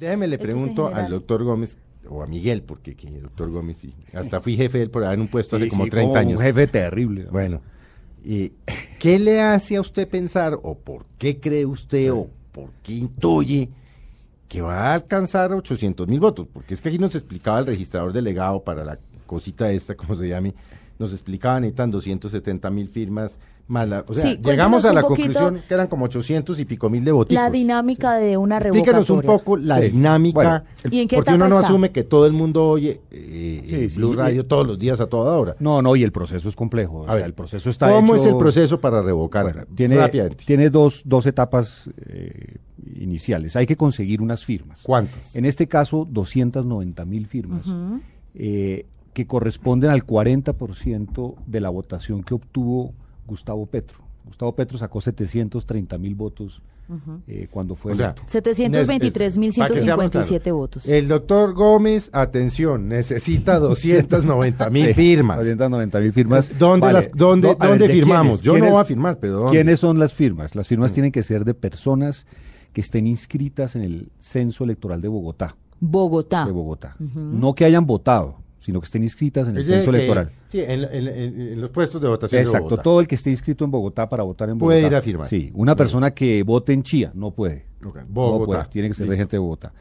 Déjeme le Hechos en pregunto general. al doctor Gómez, o a Miguel, porque que el doctor Gómez, sí, hasta fui jefe de él por ahí en un puesto hace como 30 como años. Un jefe terrible. Bueno, y, ¿qué le hace a usted pensar, o por qué cree usted, o por qué intuye que va a alcanzar 800 mil votos? Porque es que aquí nos explicaba el registrador delegado para la cosita esta, como se llame, nos explicaban, necesitan 270 mil firmas. Más la- o sea, Sí, llegamos a la cuéntenos un poquito conclusión que eran como 800 y pico mil de votos. La dinámica de una revocatoria. Explíquenos un poco la Sí. dinámica. Bueno, ¿Y en qué porque uno etapa no está? asume que todo el mundo oye eh, Sí, eh, sí, Blue y- Radio todos los días a toda hora. No, no, y el proceso es complejo. o A sea, ver, el proceso está ¿Cómo hecho- es el proceso para revocar? Bueno, tiene, Rápidamente. tiene dos, dos etapas eh, iniciales. Hay que conseguir unas firmas. ¿Cuántas? En este caso, 290 mil firmas eh, que corresponden al 40% de la votación que obtuvo Gustavo Petro. Gustavo Petro sacó 730 mil votos eh, cuando fue O sea, electo. 723.157 Para que votos. El doctor Gómez, atención, necesita 290 mil firmas. 290 mil firmas. ¿Dónde, Vale, las- dónde, no, a ver, dónde ¿de firmamos? quiénes? Yo no ¿Quiénes- voy a firmar, pero ¿dónde? Mm. ¿Quiénes son las firmas? Las firmas tienen que ser de personas que estén inscritas en el censo electoral de Bogotá. Ah. Bogotá. de Bogotá. No que hayan votado, sino que estén inscritas en el Es de censo que- electoral. Sí, en, en- en- en los puestos de votación. de Exacto, Bogotá. todo el que esté inscrito en Bogotá para votar en Bogotá. Puede ir a firmar. Sí, una persona que vote en Chía no puede. Ok, No Bogotá. puede, tiene que ser de Listo. gente de Bogotá.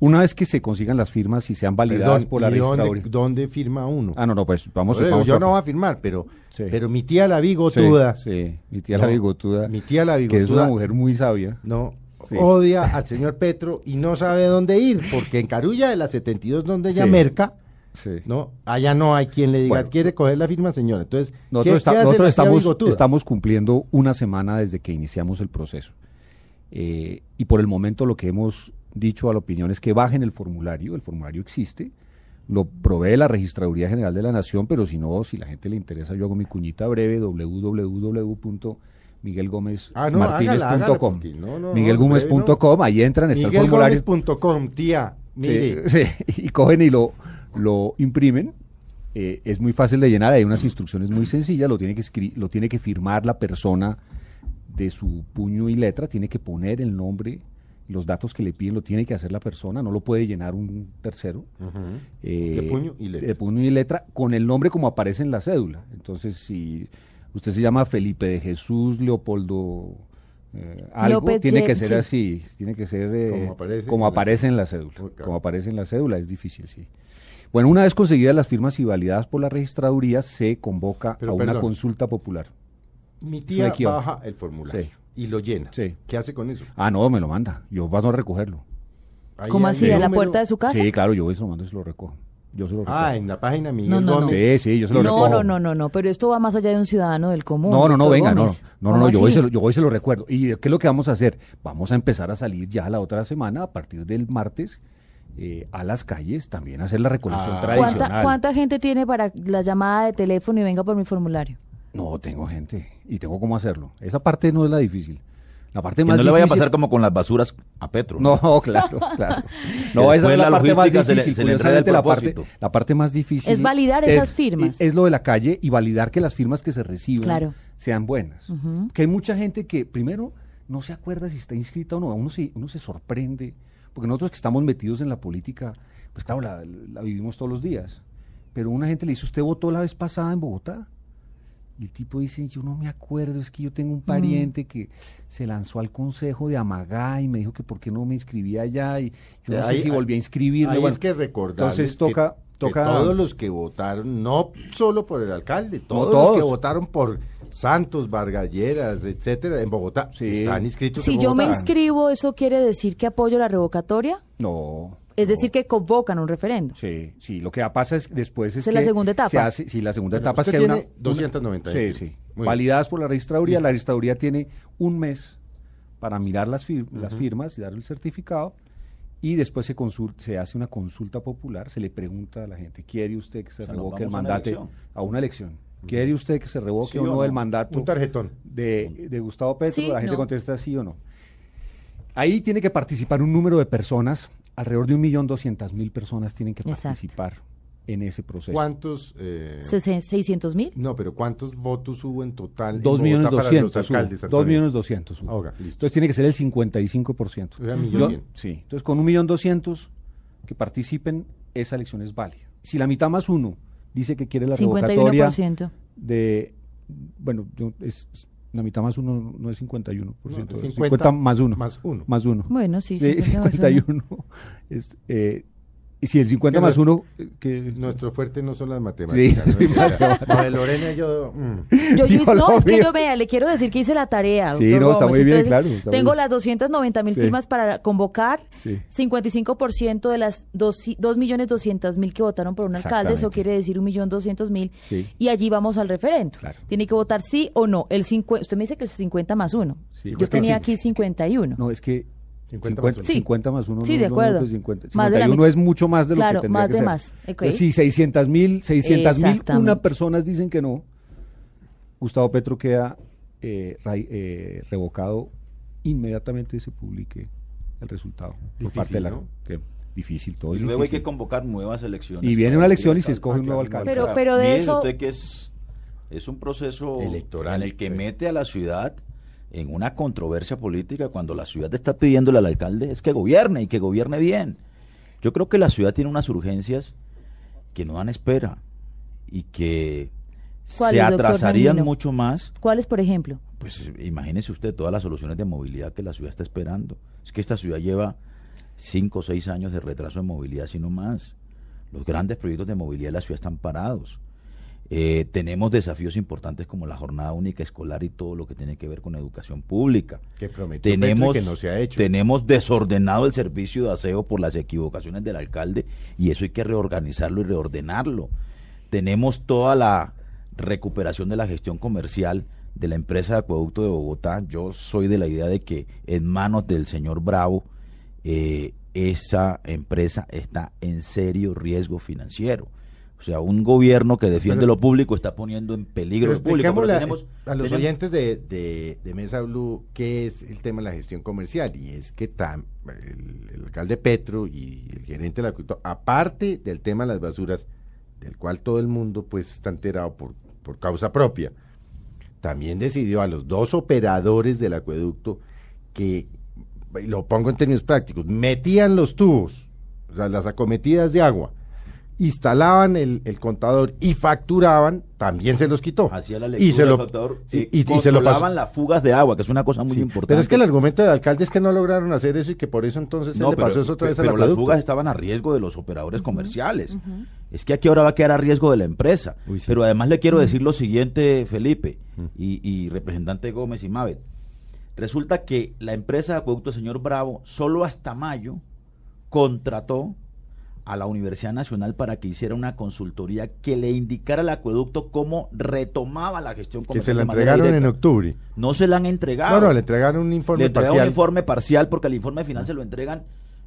Una vez que se consigan las firmas y sean validadas Perdón, por la ¿y dónde, registraduría. dónde firma uno? Ah, no, no, pues vamos, Yo digo, vamos yo por- no voy a firmar, pero, Sí. pero mi tía la bigotuda. Sí, sí, mi tía No, la bigotuda. mi tía la Que es bigotuda- una mujer muy sabia. No. Sí. Odia al señor Petro y no sabe dónde ir, porque en Carulla de la 72, donde ella Sí. merca, Sí. no, allá no hay quien le diga, Bueno. quiere coger la firma, señora. Entonces, ¿qué- Nosotros, qué esta- hace nosotros la tía estamos, bigotuda? estamos cumpliendo una semana desde que iniciamos el proceso. Eh, y por el momento lo que hemos dicho a la opinión es que bajen el formulario, el formulario existe, lo provee la Registraduría General de la Nación, pero si no, si la gente le interesa, yo hago mi cuñita breve, Ah, no, hágala, hágala, www.miguelgomezmartinez.com. porque no, no, no, Miguelgomez.com, ahí entran, está el formulario. MiguelGómez.com, tía. Mire, Sí, sí, y cogen y lo, lo imprimen. Eh, es muy fácil de llenar, hay unas instrucciones muy sencillas, lo tiene, que escri- lo tiene que firmar la persona de su puño y letra, tiene que poner el nombre, los datos que le piden, lo tiene que hacer la persona, no lo puede llenar un tercero. Eh, De puño y letra. de puño y letra, con el nombre como aparece en la cédula. Entonces, si usted se llama Felipe de Jesús Leopoldo eh, algo, López tiene que Yen- ser sí. así, tiene que ser eh, Como aparece como en la- aparece en la cédula. Uy, claro. Como aparece en la cédula, es difícil, sí. Bueno, una vez conseguidas las firmas y validadas por la registraduría, se convoca Pero, a una perdón. consulta popular. mi tía Región. baja el formulario Sí. y lo llena. Sí. ¿Qué hace con eso? Ah, no, me lo manda. Yo paso a recogerlo. Ahí ¿Cómo hay así? el ¿A la número. puerta de su casa? Sí, claro, yo voy y se lo mando y se lo recojo. Yo se lo recojo. Ah, en la página Miguel No, no, no. Gómez. Sí, sí, yo se lo No, recojo. no, no, no, no, pero esto va más allá de un ciudadano del común. No, no, no, doctor venga, no, Gómez. no, no, no, ¿Cómo yo, voy y así? se lo, yo voy y se lo recuerdo. ¿Y qué es lo que vamos a hacer? Vamos a empezar a salir ya la otra semana, a partir del martes, eh, a las calles, también a hacer la recolección Ah. tradicional. ¿Cuánta, cuánta gente tiene para la llamada de teléfono y venga por mi formulario? No, tengo gente y tengo cómo hacerlo. Esa parte no es la difícil. La parte Que más no le vaya a difícil- pasar como con las basuras a Petro. No, claro, claro. No, después esa es la, la parte más logística se le- difícil. se le enreda el curiosamente, la, parte, propósito. la parte más difícil Es validar esas firmas. Es lo de la calle y validar que las firmas que se reciban Claro. sean buenas. Que hay mucha gente que, primero, no se acuerda si está inscrita o no. Uno se, uno se sorprende. Porque nosotros que estamos metidos en la política, pues claro, la, la vivimos todos los días. Pero una gente le dice, ¿usted votó la vez pasada en Bogotá? Y el tipo dice, yo no me acuerdo, es que yo tengo un pariente que se lanzó al consejo de Amagá y me dijo que por qué no me inscribía allá y yo no Ahí- sé si volví a inscribirme. Ahí Bueno, es que recordar. Entonces toca... toca todos los que votaron, no solo por el alcalde, todos, los todos. que votaron por Santos, Vargalleras, etcétera, en Bogotá, Sí. están inscritos. Si en yo me Bogotá. inscribo, ¿eso quiere decir que apoyo la revocatoria? No. Es no. decir, que convocan un referendo. Sí, sí, lo que pasa es después es Esa es que la segunda etapa. Se hace, sí, la segunda Bueno, etapa es usted que hay una, tiene 290 Sí, firmas. sí. Muy Validadas por la registraduría, la registraduría tiene un mes para mirar las, fir- las firmas y dar el certificado y después se, consulta, se hace una consulta popular, se le pregunta a la gente, ¿quiere usted que se O sea, nos revoque el vamos a una mandato? elección. A una elección. ¿Quiere usted que se revoque ¿Sí o o no no? el mandato Un tarjetón. de, de Gustavo Petro? Sí, la gente no. contesta sí o no. Ahí tiene que participar un número de personas, alrededor de un millón doscientas mil personas tienen que Exacto. participar en ese proceso. ¿Cuántos? eh, Sesen- 600 mil. no, pero ¿cuántos votos hubo en total? en Dos Bogotá millones para los doscientos. hubo. alcaldes, Dos Antonio? millones doscientos. hubo. Ahora, listo. Entonces tiene que ser el 55%. O sea, millón Yo- cien. sí. Entonces con un millón doscientos que participen, esa elección es válida. Si la mitad más uno dice que quiere la revocatoria 51%. de... Bueno, yo, es, es- la mitad más uno no es 51%. No, es 50, 50 más uno. más uno. Más uno. Bueno, sí, De 50 más 51. Es, eh, y si el 50 que más no- uno... eh, Que, Nuestro fuerte no son las matemáticas. Sí. ¿no? O sea, lo de Lorena yo... mm. Yo, Digo, yo- no, lo es que mío. yo vea, le quiero decir que hice la tarea. Sí, doctor no, está Gómez. muy bien, claro, está muy tengo bien. las 290 mil Sí. firmas para convocar. Sí. 55% de las 2.200.000 que votaron por un alcalde, eso Exactamente. quiere decir 1.200.000. Sí. Y allí vamos al referendo. Claro. Tiene que votar sí o no. El cincu- usted me dice que es 50 más 1. Sí, Yo pues, tenía sí. aquí 51. No, es que 50 50 más más uno. 1. más uno Sí. Sí, no- de no acuerdo. es 50. Más de la 51 mitad. es mucho más de lo Claro, que tendría más que de ser. más. Ok. Entonces, si 600 mil, 600 mil, una Exactamente. personas dicen que no, Gustavo Petro queda eh, ra- eh, revocado inmediatamente se publique el resultado por Difícil, parte de la ¿no? que- difícil todo Y es luego hay difícil. que convocar nuevas elecciones. Y viene para una elegir elección y se alcalde. escoge un nuevo alcalde. Pero- pero de Mire eso- usted que es, es un proceso Electoral. en el que mete a la ciudad en una controversia política cuando la ciudad está pidiéndole al alcalde es que gobierne y que gobierne bien. Yo creo que la ciudad tiene unas urgencias que no dan espera y que se ¿Cuáles, doctor atrasarían Nandino? mucho más ¿Cuáles, por ejemplo? pues imagínese usted todas las soluciones de movilidad que la ciudad está esperando. Es que esta ciudad lleva cinco o seis años de retraso en movilidad, si no más. Los grandes proyectos de movilidad de la ciudad están parados. Eh, tenemos desafíos importantes como la jornada única escolar y todo lo que tiene que ver con educación pública. Que prometió Tenemos, Petro y que no se ha hecho. tenemos desordenado el servicio de aseo por las equivocaciones del alcalde y eso hay que reorganizarlo y reordenarlo. Tenemos toda la recuperación de la gestión comercial de la empresa de acueducto de Bogotá. Yo soy de la idea de que en manos del señor Bravo eh, esa empresa está en serio riesgo financiero. O sea, un gobierno que defiende Pero- lo público está poniendo en peligro Pero lo público. explicamos Pero la- tenemos- a los tenemos- oyentes de, de- de Mesa Blue qué es el tema de la gestión comercial y es que tam- el, el alcalde Petro y el gerente del acueducto, aparte del tema de las basuras, del cual todo el mundo pues está enterado por, por causa propia, también decidió a los dos operadores del acueducto que, y lo pongo en términos prácticos, metían los tubos, o sea, las acometidas de agua, instalaban el, el contador y facturaban, también se los quitó. hacía la Oh. y lectura se del lo, factor, y- eh, y- y se lo controlaban pasó. las fugas de agua, que es una cosa muy Sí, importante. Pero es que el argumento del alcalde es que no lograron hacer eso y que por eso entonces No, se le pero- pasó eso otra vez pero al las acueducto. fugas estaban a riesgo de los operadores comerciales. Es que aquí ahora va a quedar a riesgo de la empresa. Uy, sí. Pero además le quiero decir lo siguiente, Felipe, y, y representante Gómez y Mavet. Resulta que la empresa de acueducto señor Bravo solo hasta mayo contrató a la Universidad Nacional para que hiciera una consultoría que le indicara al acueducto cómo retomaba la gestión que comercial. se la de manera entregaron en directa. octubre. No se la han entregado. No, no, le entregaron un informe Le entregan parcial. un informe parcial porque el informe final se lo entregan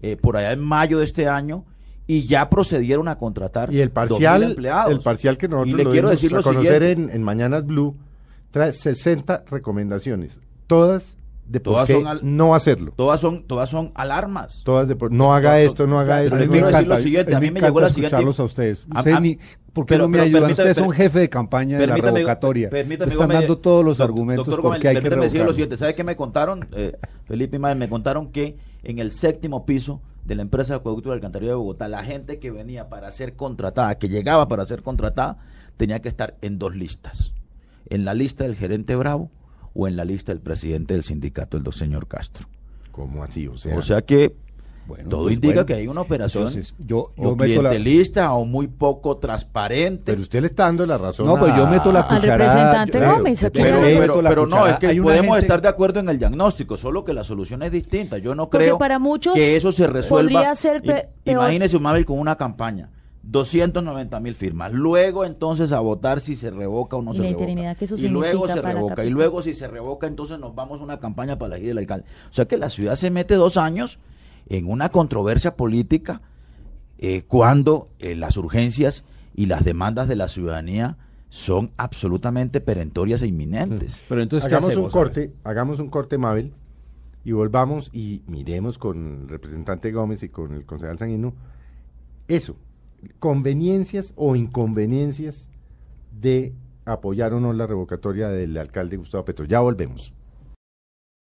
eh, por allá en mayo de este año y ya procedieron a contratar Y el 2.000 parcial, empleados. el parcial que y nosotros le lo quiero dimos decir a lo conocer siguiente, en, en Mañanas Blue, trae 60 recomendaciones, todas de por Todas qué son al- no hacerlo. todas son todas son alarmas. Todas de por no haga Todas son- esto, no haga Claro, esto. A mí Pero no me quiero haga- decir encanta, lo siguiente, a a mí mí me me encanta llegó la siguiente- escucharlos a ustedes. A- Ustedes a- ni- ¿Por qué pero- no me pero ayudan? permítame- Ustedes son per- jefe de campaña de la Permítame- revocatoria. permítame, Están Gómez, dando todos los doc- argumentos doctor porque Gómez, hay que permítame decirle lo revocarlo. siguiente, ¿sabe qué me contaron? Eh, Felipe y Maes, me contaron que en el séptimo piso de la empresa de acueducto del alcantarillado de Bogotá, la gente que venía para ser contratada, que llegaba para ser contratada, tenía que estar en dos listas. En la lista del gerente Bravo o en la lista del presidente del sindicato, el do- señor Castro. ¿Cómo así? O sea, o sea que Bueno, todo pues indica bueno. que hay una operación Entonces, yo, o yo meto la, clientelista o muy poco transparente. pero usted le está dando la razón. No, pero yo a- meto la Al cucharada. representante yo- Gómez, aquí yo Pero, meto pero- la pero no, cucharada. es que Hay una podemos gente- estar de acuerdo en el diagnóstico, solo que la solución es distinta. Yo no Porque creo para muchos que eso se resuelva. podría ser I- pe- peor. Imagínese un Mabel con una campaña, 290 mil firmas. Luego entonces a votar si se revoca o no Y se la revoca. interinidad que eso y luego significa se para la revoca. Y capital. luego si se revoca, entonces nos vamos a una campaña para elegir el alcalde. O sea que la ciudad se mete dos años en una controversia política eh, cuando eh, las urgencias y las demandas de la ciudadanía son absolutamente perentorias e inminentes. Pero entonces, ¿qué hagamos un hacemos? A ver. corte, hagamos un corte, Mabel, y volvamos y miremos con el representante Gómez y con el concejal Sanguino eso, conveniencias o inconveniencias de apoyar o no la revocatoria del alcalde Gustavo Petro. Ya volvemos.